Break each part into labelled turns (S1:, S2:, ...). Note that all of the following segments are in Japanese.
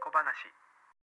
S1: 小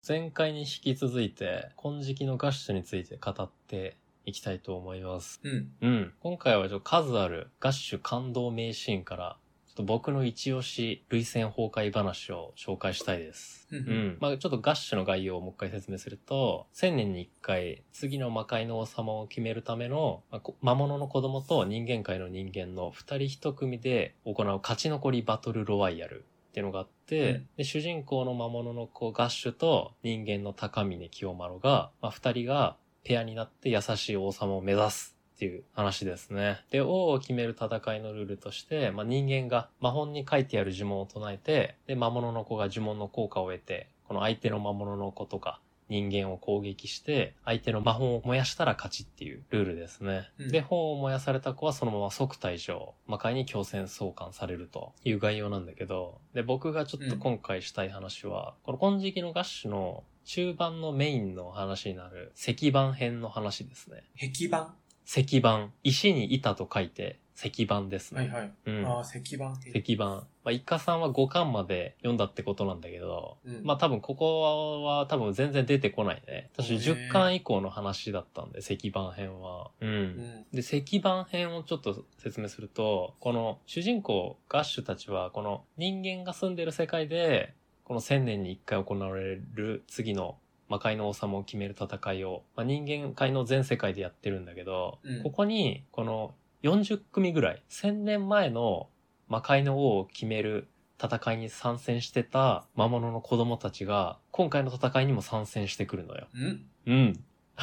S1: 話
S2: 前回に引き続いて、金色の合手について語っていきたいと思います。
S3: うん。
S2: うん。今回はちょっと数ある合手感動名シーンから、ちょっと僕の一押し、類戦崩壊話を紹介したいです。
S3: う
S2: うんん。まあちょっと合手の概要をもう一回説明すると、千年に一回、次の魔界の王様を決めるための、まあこ魔物の子供と人間界の人間の二人一組で行う勝ち残りバトルロワイヤル。っていうのがあって、
S3: うん
S2: で主人公の魔物の子ガッシュと人間の高峰清丸が、まあ、2人がペアになって優しい王様を目指すっていう話ですね。で王を決める戦いのルールとして、まあ、人間が魔本に書いてある呪文を唱えてで魔物の子が呪文の効果を得てこの相手の魔物の子とか人間を攻撃して相手の魔法を燃やしたら勝ちっていうルールですね、
S3: うん
S2: で本を燃やされた子はそのまま即退場魔界に強制送還されるという概要なんだけどで僕がちょっと今回したい話は、この金色のガッシュの中盤のメインの話になる石板編の話ですね
S3: 壁板
S2: 石板石に板と書いて石板ですね、
S3: はいはい。
S2: うん
S3: ああ、石板っていう。
S2: 石板。まあ、一家さんは5巻まで読んだってことなんだけど、
S3: うん
S2: まあ多分ここは多分全然出てこないね。私
S3: へー
S2: 10巻以降の話だったんで、石板編は。うん。
S3: うん。
S2: で、石板編をちょっと説明すると、この主人公ガッシュたちは、この人間が住んでる世界で、この千年に一回行われる次の魔界の王様を決める戦いを、まあ、人間界の全世界でやってるんだけど、
S3: うん
S2: ここに、この40組ぐらい、千年前の魔界の王を決める戦いに参戦してた魔物の子供たちが、今回の戦いにも参戦してくるのよ。
S3: うん
S2: うん。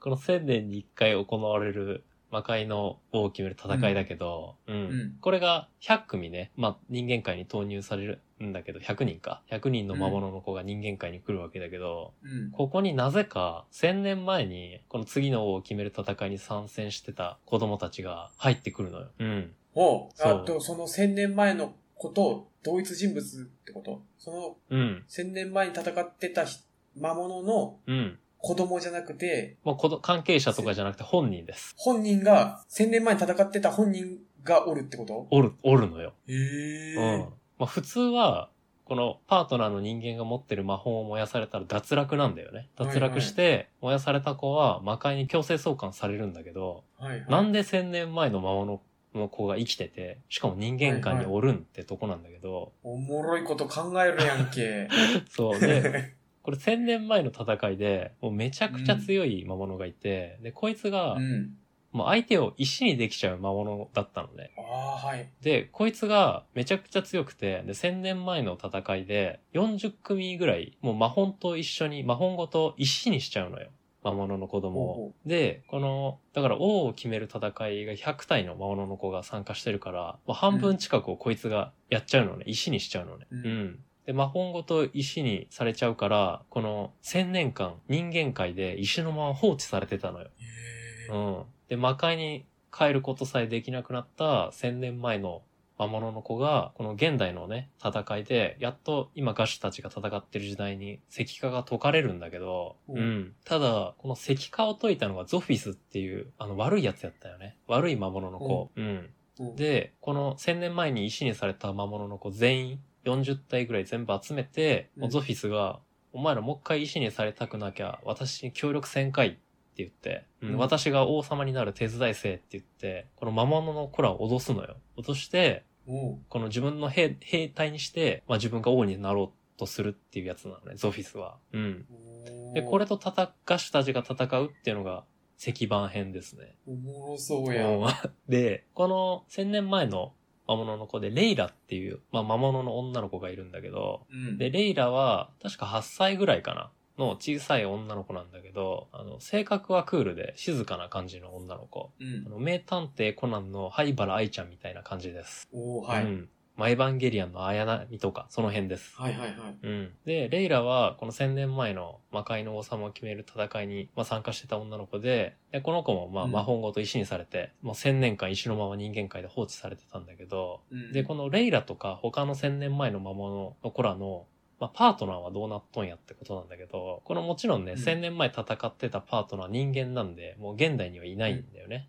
S2: この千年に一回行われる魔界の王を決める戦いだけど、うん。
S3: うん
S2: これが100組ね、まあ、人間界に投入されるんだけど、100人か。100人の魔物の子が人間界に来るわけだけど、
S3: うん。
S2: ここになぜか千年前に、この次の王を決める戦いに参戦してた子供たちが入ってくるのよ。うん。
S3: おう
S2: そう
S3: あと、その千年前のことを同一人物ってことその
S2: うん。
S3: 千年前に戦ってたひ魔物の
S2: うん。
S3: 子供じゃなくて、
S2: まあ、この関係者とかじゃなくて本人です。
S3: 本人が、千年前に戦ってた本人がおるってこと
S2: おる、おるのよ。
S3: へえ
S2: うん。まあ普通は、このパートナーの人間が持ってる魔法を燃やされたら脱落なんだよね。脱落して、燃やされた子は魔界に強制送還されるんだけど、
S3: はいはい。
S2: なんで千年前の魔物の子が生きてて、しかも人間界におるんってとこなんだけ ど、
S3: おもろいこと考えるやんけ。
S2: そう。で、これ千年前の戦いで、もうめちゃくちゃ強い魔物がいて、で、こいつが
S3: う、ん。
S2: もう相手を石にできちゃう魔物だったのね。
S3: ああ、はい。
S2: で、こいつがめちゃくちゃ強くて、で、1000年前の戦いで、40組ぐらい、もう魔本と一緒に、魔本ごと石にしちゃうのよ。魔物の子供
S3: ほう
S2: を
S3: ほ。
S2: で、この、だから王を決める戦いが100体の魔物の子が参加してるから、もう半分近くをこいつがやっちゃうのね。石にしちゃうのね。
S3: う
S2: うんん。で、魔本ごと石にされちゃうから、この1000年間人間界で石のまま放置されてたのよ。
S3: へえ
S2: うん。で、魔界に帰ることさえできなくなった1000年前の魔物の子が、この現代のね、戦いで、やっと今ガシュたちが戦ってる時代に石化が解かれるんだけど、
S3: うん
S2: うん。ただ、この石化を解いたのがゾフィスっていう、あの悪いやつやったよね。悪い魔物の子。うん。
S3: うん
S2: で、この1000年前に石にされた魔物の子全員、40体ぐらい全部集めて、
S3: うん
S2: もうゾフィスが、お前らもう一回石にされたくなきゃ、私に協力せんかいって言って、うん
S3: うん
S2: 私が王様になる手伝いせえって言って、この魔物の子らを脅すのよ。脅して、
S3: おう
S2: この自分の兵兵隊にして、まあ自分が王になろうとするっていうやつなのね、ゾフィスは。うん。
S3: おう
S2: で、これと戦、ガシュたちが戦うっていうのが、石板編ですね。
S3: おもろそうやん。
S2: うん で、この1000年前の魔物の子で、レイラっていう、まあ、魔物の女の子がいるんだけど、
S3: うん
S2: で、レイラは、確か8歳ぐらいかな、の小さい女の子なんだけど、あの、性格はクールで、静かな感じの女の子。
S3: うん
S2: あ。の、名探偵コナンの灰原愛ちゃんみたいな感じです。
S3: おおは
S2: う
S3: い。
S2: ん。マイヴァンゲリアンの綾波とか、その辺です。
S3: はいはいはい。
S2: うん。で、レイラは、この1000年前の魔界の王様を決める戦いに、まあ、参加してた女の子で、で、この子も、まあ、
S3: うん
S2: 魔法ごと石にされて、もう1000年間石のまま人間界で放置されてたんだけど、
S3: うん
S2: で、このレイラとか他の1000年前の魔物の子らの、まあ、パートナーはどうなっとんやってことなんだけど、このもちろんね、
S3: うん
S2: 1000年前戦ってたパートナーは人間なんで、もう現代にはいないんだよね。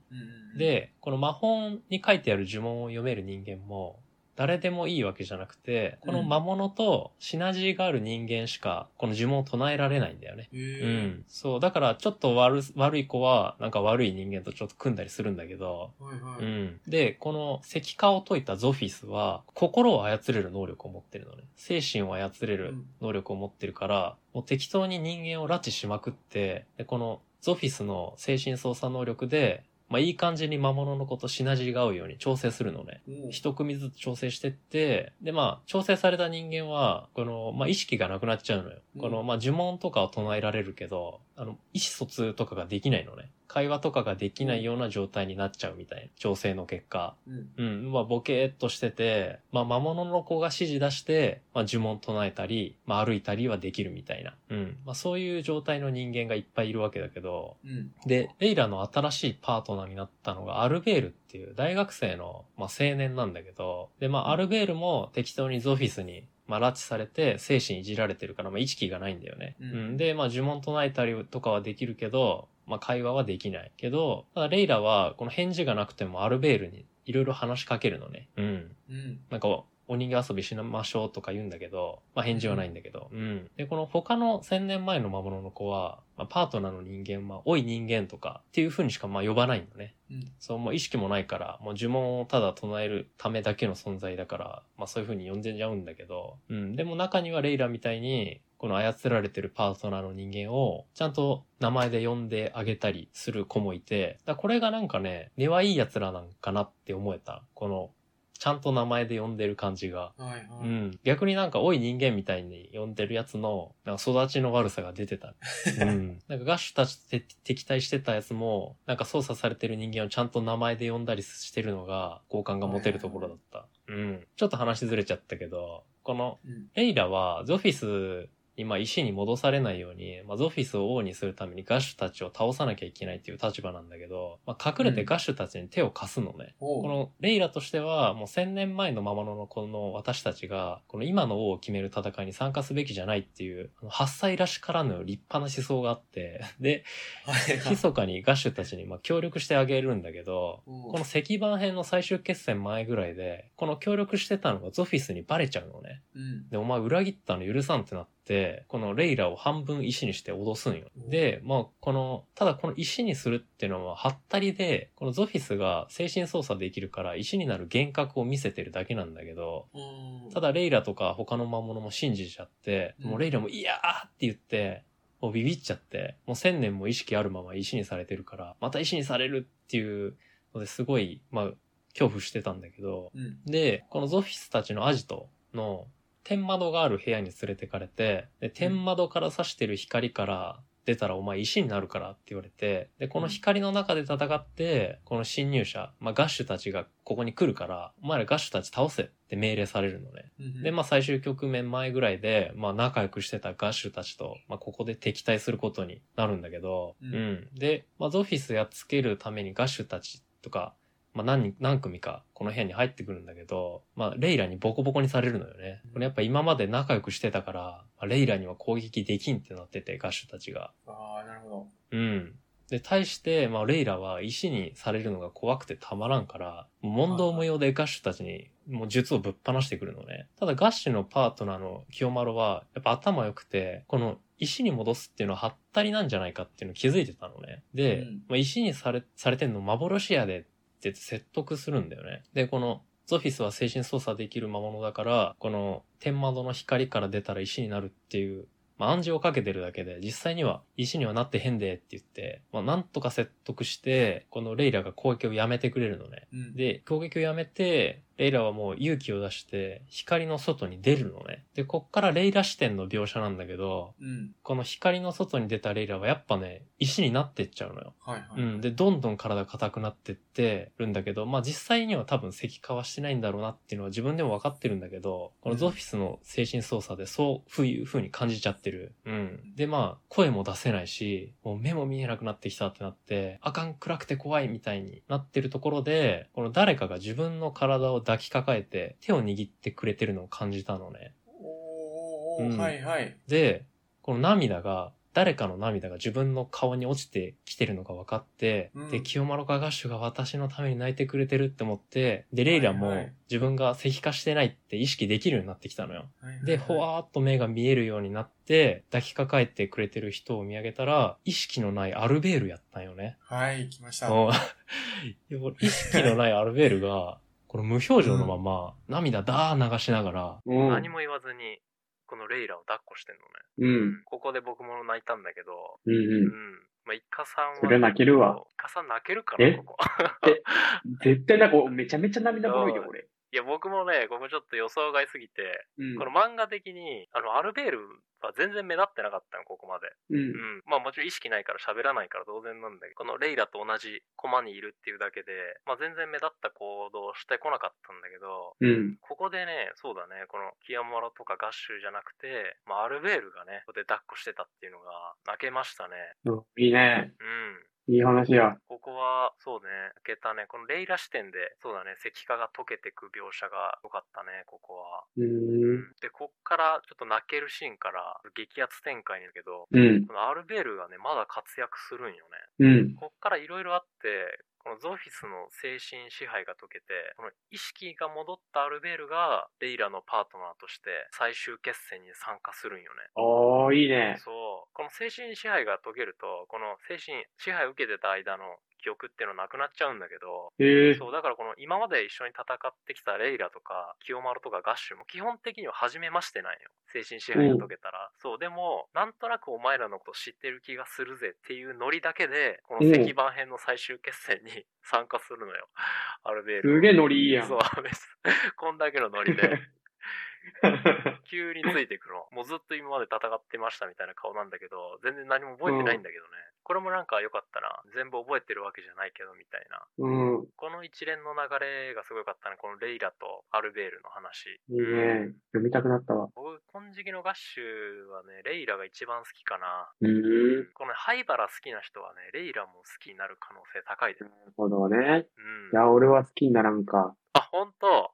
S3: うん、
S2: で、この魔法に書いてある呪文を読める人間も、誰でもいいわけじゃなくて、この魔物とシナジーがある人間しか、この呪文を唱えられないんだよね。
S3: へ
S2: う
S3: え。
S2: ん。そう。だから、ちょっと悪す、悪い子は、なんか悪い人間とちょっと組んだりするんだけど、
S3: はいは
S2: う
S3: い。
S2: ん。で、この石化を解いたゾフィスは、心を操れる能力を持ってるのね。精神を操れ
S3: う
S2: る
S3: ん
S2: 能力を持ってるから、もう適当に人間を拉致しまくって、で、このゾフィスの精神操作能力で、まあいい感じに魔物の子とシナジーが合うように調整するのね。
S3: おう
S2: 一組ずつ調整してって、で、まあ、調整された人間は、この、まあ、意識がなくなっちゃうのよ。
S3: うん
S2: この、まあ、呪文とかを唱えられるけど、あの、意思疎通とかができないのね。会話とかができないような状態になっちゃうみたいな、調整の結果。
S3: うん。
S2: うん、まあ、ボケーっとしてて、まあ、魔物の子が指示出して、まあ、呪文唱えたり、まあ、歩いたりはできるみたいな。うん。まあ、そういう状態の人間がいっぱいいるわけだけど、
S3: うん。
S2: で、レイラの新しいパートナーになったのがアルベールっていう大学生の、まあ、青年なんだけど、で、まあ、アルベールも適当にゾフィスに、まあ、拉致されて精神いじられてるから、まあ、意識がないんだよね。
S3: うん
S2: うん、で、まあ、呪文唱えたりとかはできるけど、まあ、会話はできないけど、ただレイラはこの返事がなくてもアルベールにいろいろ話しかけるのね。うん。
S3: うん。
S2: なんか、お人形遊びしましょうとか言うんだけど、まあ返事はないんだけど。うん。で、この他の千年前の魔物の子は、まあ、パートナーの人間は、おい人間とかっていう風にしかまあ呼ばないんだね。
S3: うん
S2: そう、もう意識もないから、もう呪文をただ唱えるためだけの存在だから、まあそういう風に呼んでちゃうんだけど、うん。でも中にはレイラみたいに、この操られてるパートナーの人間を、ちゃんと名前で呼んであげたりする子もいて、だからこれがなんかね、根はいい奴らなんかなって思えた。このちゃんと名前で呼んでる感じが。
S3: はいうは
S2: ん。逆になんか、おい人間みたいに呼んでるやつの、なんか育ちの悪さが出てた。うん。なんかガッシュたちとて敵対してたやつも、なんか操作されてる人間をちゃんと名前で呼んだりしてるのが、好感が持てるところだった。うん。ちょっと話ずれちゃったけど、この、
S3: い。うん。
S2: レイラは、ゾフィスに、まあ、石に戻されないように、まあ、ゾフィスを王にするためにガッシュたちを倒さなきゃいけないっていう立場なんだけど、まあ、隠れてガッシュたちに手を貸すのね。
S3: おう
S2: このレイラとしてはもう1000年前の魔物のこの私たちがこの今の王を決める戦いに参加すべきじゃないっていうあの8歳らしからぬ立派な思想があって で
S3: はいはい。
S2: 密かにガッシュたちにまあ協力してあげるんだけど
S3: おう
S2: この石板編の最終決戦前ぐらいでこの協力してたのがゾフィスにバレちゃうのね
S3: うん。
S2: でお前裏切ったの許さんってなってこのレイラを半分石にして脅すんよでまあこのただこの石にするっていうのはハったりでこのゾフィスが精神操作できるから石になる幻覚を見せてるだけなんだけど
S3: うん
S2: ただレイラとか他の魔物も信じちゃって
S3: うん
S2: もうレイラも「いやー!」って言ってもうビビっちゃってもう千年も意識あるまま石にされてるからまた石にされるっていうのですごいまあ恐怖してたんだけど
S3: うん。
S2: で、このゾフィスたちのアジトの天窓がある部屋に連れてかれて、で、天窓から差してる光から出たらお前石になるからって言われて、で、この光の中で戦って、この侵入者、まあ、ガッシュたちがここに来るから、お前らガッシュたち倒せって命令されるのね。
S3: うん
S2: で、まあ、最終局面前ぐらいで、まあ、仲良くしてたガッシュたちと、まあ、ここで敵対することになるんだけど、
S3: うん
S2: で、まあ、ゾフィスやっつけるためにガッシュたちとか、まあ、何人、何組か、この部屋に入ってくるんだけど、まあ、レイラにボコボコにされるのよね
S3: うん。
S2: これやっぱ今まで仲良くしてたから、まあレイラには攻撃できんってなってて、ガッシュたちが。
S3: ああ、なるほど。
S2: うん。で、対して、まあ、レイラは石にされるのが怖くてたまらんから、問答無用でガッシュたちに、もう術をぶっ放してくるのね。ただ、ガッシュのパートナーの清丸は、やっぱ頭良くて、この石に戻すっていうのはハったりなんじゃないかっていうのを気づいてたのね。で、
S3: うん
S2: まあ、石にされ、されてんの幻やでって言って説得するんだよね。で、この、ゾフィスは精神操作できる魔物だから、この天窓の光から出たら石になるっていうまあ、暗示をかけてるだけで、実際には石にはなってへんでって言って、まあ、なんとか説得して、このレイラが攻撃をやめてくれるのね。
S3: うん。
S2: で、攻撃をやめて、レイラはもう勇気を出して、光の外に出るのね。で、こっからレイラ視点の描写なんだけど、
S3: うん。
S2: この光の外に出たレイラはやっぱね、石になってっちゃうのよ。
S3: はいは
S2: う
S3: い。
S2: ん。で、どんどん体硬くなってってるんだけど、まあ実際には多分石化はしてないんだろうなっていうのは自分でも分かってるんだけど、このゾフィスの精神操作でそういう風に感じちゃってる。うん。で、まあ声も出せないし、もう目も見えなくなってきたってなって、あかん暗くて怖いみたいになってるところで、この誰かが自分の体を抱きかかえて手を握ってくれてるのを感じたのね。
S3: おーおーおー
S2: うん
S3: はいはい。
S2: で、この涙が誰かの涙が自分の顔に落ちてきてるのが分かって、
S3: うん
S2: で、清丸かガッシュが私のために泣いてくれてるって思って、で、レイラ
S3: はいは
S2: も
S3: い
S2: 自分が石化してないって意識できるようになってきたのよ。
S3: はいはい
S2: で、ほわーっと目が見えるようになって、抱きかかえてくれてる人を見上げたら、意識のないアルベールやったんよね。
S3: はい、来ました。
S2: もういや俺意識のないアルベールが、この無表情のまま、涙だー流しながら、
S1: うん。
S2: 何も言わずに、このレイラを抱っこしてんのね。
S1: うん。
S2: ここで僕も泣いたんだけど、
S1: うん
S2: う
S1: うん。
S2: ん。まあ、イカさんは。
S1: それ泣けるわ。
S2: イカさん泣けるから、
S1: え
S2: ここ。
S1: 絶対なんかめちゃめちゃ涙もろいよ
S2: う、ん
S1: 俺。
S2: いや、僕もね、ここちょっと予想外すぎて、
S1: うん
S2: この漫画的に、あの、アルベールは全然目立ってなかったの、ここまで。
S1: うん
S2: う。ん、まあもちろん意識ないから喋らないから当然なんだけどこのレイラと同じコマにいるっていうだけで、まあ、全然目立った行動をしてこなかったんだけど
S1: うん。
S2: ここでねそうだねこのキアモラとかガッシュじゃなくて、まあ、アルベールがねここで抱っこしてたっていうのが泣けましたね
S1: うんいいね。
S2: うん
S1: いい話や。
S2: ここはそうね泣けたねこのレイラ視点でそうだね石化が溶けてく描写が良かったねここは
S1: うーん。
S2: でこっからちょっと泣けるシーンから激アツ展開になるけど
S1: うん。
S2: このアルベールがねまだ活躍するんよね
S1: うん。
S2: こっからいろいろあって、このゾフィスの精神支配が解けて、この意識が戻ったアルベールが、レイラのパートナーとして最終決戦に参加するんよね。
S1: おー、いいね。
S2: そう。この精神支配が解けると、この精神支配を受けてた間の記憶っていうのはなくなっちゃうんだけど、
S1: へえ。
S2: そう、だからこの今まで一緒に戦ってきたレイラとか、清丸とかガッシュも基本的には初めましてなんよ。精神支配が解けたら。そう、でも、なんとなくお前らのこと知ってる気がするぜっていうノリだけで、この石板編の最終決戦に 参加するのよ。アルベール。
S1: すげえノリいいやん。
S2: そう、別に こんだけのノ リで、急についてくの。もうずっと今まで戦ってましたみたいな顔なんだけど、全然何も覚えてないんだけどね。これもなんか良かったな。全部覚えてるわけじゃないけど、みたいな。
S1: うん。
S2: この一連の流れがすごい良かったね。このレイラとアルベールの話。
S1: いいね。読みたくなったわ。
S2: 僕、金色のガッシュはね、レイラが一番好きかな。
S1: うーん。な
S2: この灰原好きな人はね、レイラも好きになる可能性高いです。
S1: るほどね。い
S2: うん。
S1: や、俺は好きにならんか。
S2: あ、本 当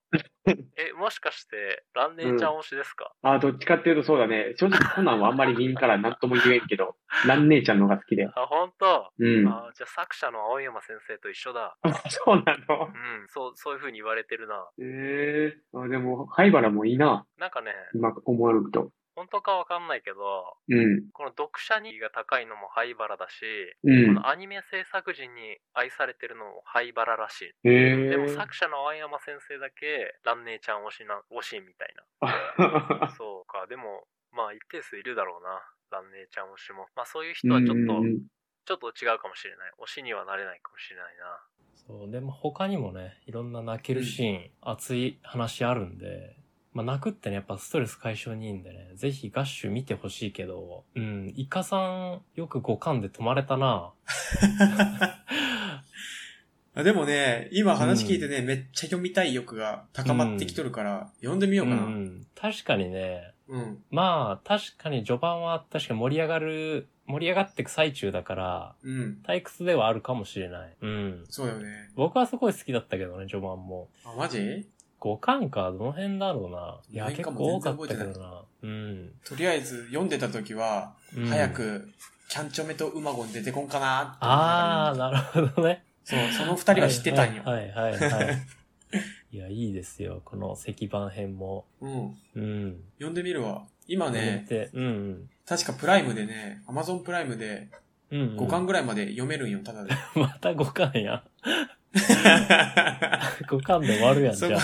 S2: え、もしかして、蘭姉ちゃん推しですか、
S1: あ、どっちかっていうとそうだね。正直コナンはあんまり見んから何とも言えんけ ど、蘭姉ちゃんの方が好きだよ。
S2: あ、本当、
S1: うん。
S2: あじゃあ作者の青山先生と一緒だ。
S1: そうなの
S2: うん、そう、そういう風に言われてるな。
S1: ええあ、でも、灰原もいいな。
S2: なんかね、
S1: 今思えると。
S2: 本当かわかんないけど、
S1: うん。
S2: この読者にが高いのも灰原だし、
S1: う
S2: こ
S1: ん。
S2: のアニメ制作人に愛されてるのも灰原らしい。
S1: ええ
S2: でも作者の青山先生だけ、蘭姉ちゃん推しな、推しみたいな。そうか、でも、まあ一定数いるだろうな。蘭姉ちゃん推しも。まあそういう人はちょっと、
S1: うん
S2: ちょっと違うかもしれない。推しにはなれないかもしれないな。そう、でも他にもね、いろんな泣けるシーン、熱い話あるんで、まあ、泣くってね、やっぱストレス解消にいいんでね、ぜひガッシュ見てほしいけど、うん、イカさん、よく五感で止まれたな
S3: あでもね、今話聞いてね、めっちゃ読みたい欲が高まってきとるから、読んでみようかな。
S2: う
S3: うん。
S2: ん、確かにね、
S3: うん。
S2: まあ、確かに序盤は確かに盛り上がる、盛り上がってく最中だから、退屈ではあるかもしれない。うん。
S3: そうだよね。
S2: 僕はすごい好きだったけどね、序盤も。
S3: あ、マジ
S2: 五巻か、どの辺だろうな。いや、
S3: ない
S2: 結
S3: か
S2: 構
S3: も
S2: 多かったけ
S3: 全然
S2: どな。うん。
S3: とりあえず読んでた時は、
S2: うん
S3: 早。く、キャンチョメとウマゴン出てこんかなって
S2: あー、なるほどね。
S3: そう、その二人は知ってたんよ。
S2: はいはいは いはい、はい。いや、いいですよ。この石板編も。
S3: うん。
S2: うん。
S3: 読んでみるわ。今ね、
S2: これってうん
S3: 確かプライムでね、アマゾンプライムで
S2: うん。うん、うん。
S3: 5巻ぐらいまで読めるんよ、ただ で。
S2: また五巻や。五巻で終わるやん、じ
S3: そ
S2: ゃ
S3: こ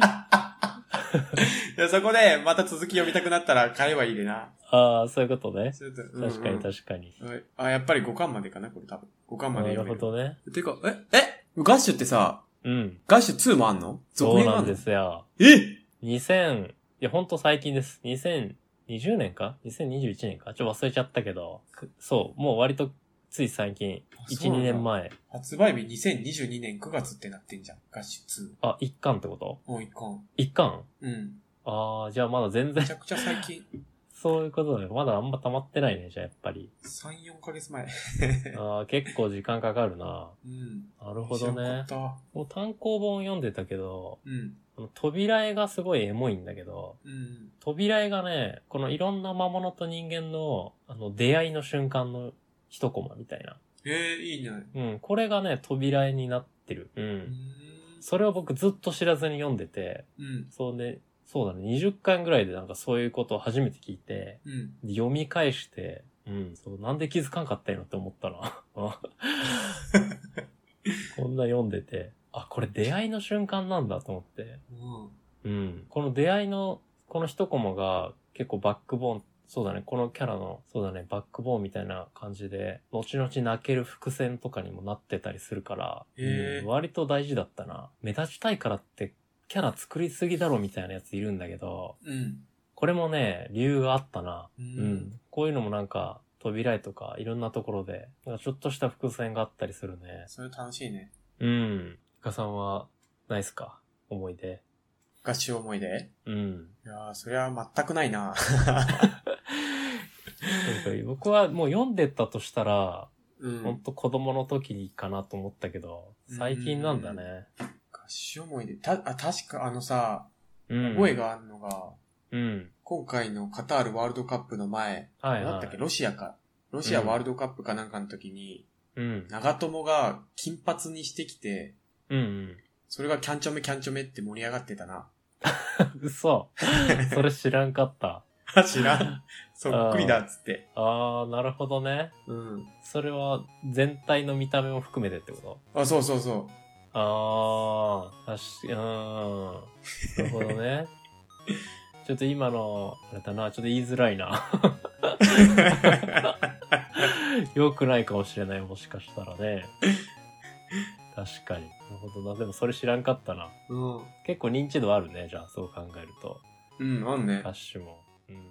S2: あ。
S3: で、そこでまた続き読みたくなったら買えばいいで な。
S2: ああ、そういうことね。
S3: ちょっとうんうん
S2: 確かに確かに。
S3: はいあ、やっぱり5巻までかな、これ多分。5巻まで
S2: なる
S3: 読
S2: ほ
S3: める。
S2: どね。
S3: てか、え、えガッシュってさ、
S2: うん。
S3: ガッシュ2もあんの続
S2: そう
S3: 編
S2: な
S3: あん
S2: ん
S3: の
S2: ですよ。
S3: え
S2: 2000、いや、ほんと最近です。2020年か ?2021 年かちょっと忘れちゃったけど。くそう、もう割とつい最近。
S3: そう
S2: 1、
S3: なん
S2: 2
S3: だ
S2: 年前。
S3: 発売日2022年9月ってなってんじゃん。ガッシュ
S2: あ、1巻ってこと
S3: 2。もう1巻。
S2: ?1 巻
S3: うん。
S2: ああ、じゃあまだ全然
S3: めちゃくちゃ最近、
S2: そういうことだね。まだあんま溜まってないね、じゃあやっぱり。
S3: 3、4ヶ月前。
S2: ああ、結構時間かかるな。
S3: うん。
S2: なる ほ
S3: 知ら
S2: ど
S3: んか
S2: ね
S3: っ。た。
S2: もう単行本読んでたけど、
S3: うん。
S2: この扉絵がすごいエモいんだけど、
S3: うん。
S2: 扉絵がね、このいろんな魔物と人間の、あの、出会いの瞬間の一コマみたいな。
S3: ええいいね。
S2: うん、これがね、扉絵になってる。う。
S3: うんん。
S2: それを僕ずっと知らずに読んでて、
S3: うん。
S2: そうね、そうだね、20巻ぐらいでなんかそういうことを初めて聞いて、
S3: うん。
S2: 読み返して、うん、そう、なんで気づかんかったんやろって思ったな。こんな読んでて、あ、これ出会いの瞬間なんだと思って。
S3: うん
S2: うん。この出会いの、この一コマが結構バックボーン、そうだね、このキャラの、そうだね、バックボーンみたいな感じで、後々泣ける伏線とかにもなってたりするから、
S3: へー
S2: うん割と大事だったな。目立ちたいからって、キャラ作りすぎだろみたいなやついるんだけど、
S3: うん。
S2: これもね、理由があったな。
S3: う。
S2: うんん。こういうのもなんか、扉絵とか、いろんなところで、なんかちょっとした伏線があったりするね。
S3: それ楽しいね。
S2: うん。イカさんは、ないっすか思い出。
S3: 合唱思い出
S2: うん。
S3: いやー、そりゃ全くない な。
S2: なんか僕はもう読んでたとしたら、
S3: う
S2: ほん
S3: ん。
S2: と子供の時かなと思ったけど、最近なんだね。
S3: 合唱思い出。た、あ、確かあのさ、
S2: うん。
S3: 覚え。があるのが、
S2: うん。
S3: 今回のカタールワールドカップの前、
S2: はい
S3: なん
S2: は
S3: だっけ、
S2: い。
S3: ロシアか。ロシアワールドカップかなんかの時に、
S2: うん。
S3: 長友が金髪にしてきて、
S2: うん
S3: それがキャンチョメキャンチョメって盛り上がってた な。
S2: うん。 嘘。それ知らんかった。
S3: 知らん。そっくりだっつって。
S2: あー、なるほどね。
S3: うん。
S2: それは全体の見た目も含めてってこと
S3: あ、そうそうそ
S2: ああ、確かうん。なるほど ね。ちょっと今の、あれだな、ちょっと言いづらいな。 良くないかもしれない、もしかしたらね。確かに。なるほどな。でもそれ知らんかったな。
S3: う。うん。
S2: 結構認知度あるね、じゃあ、そう考えると。
S3: うん、あんね
S2: 歌。詞も。うん。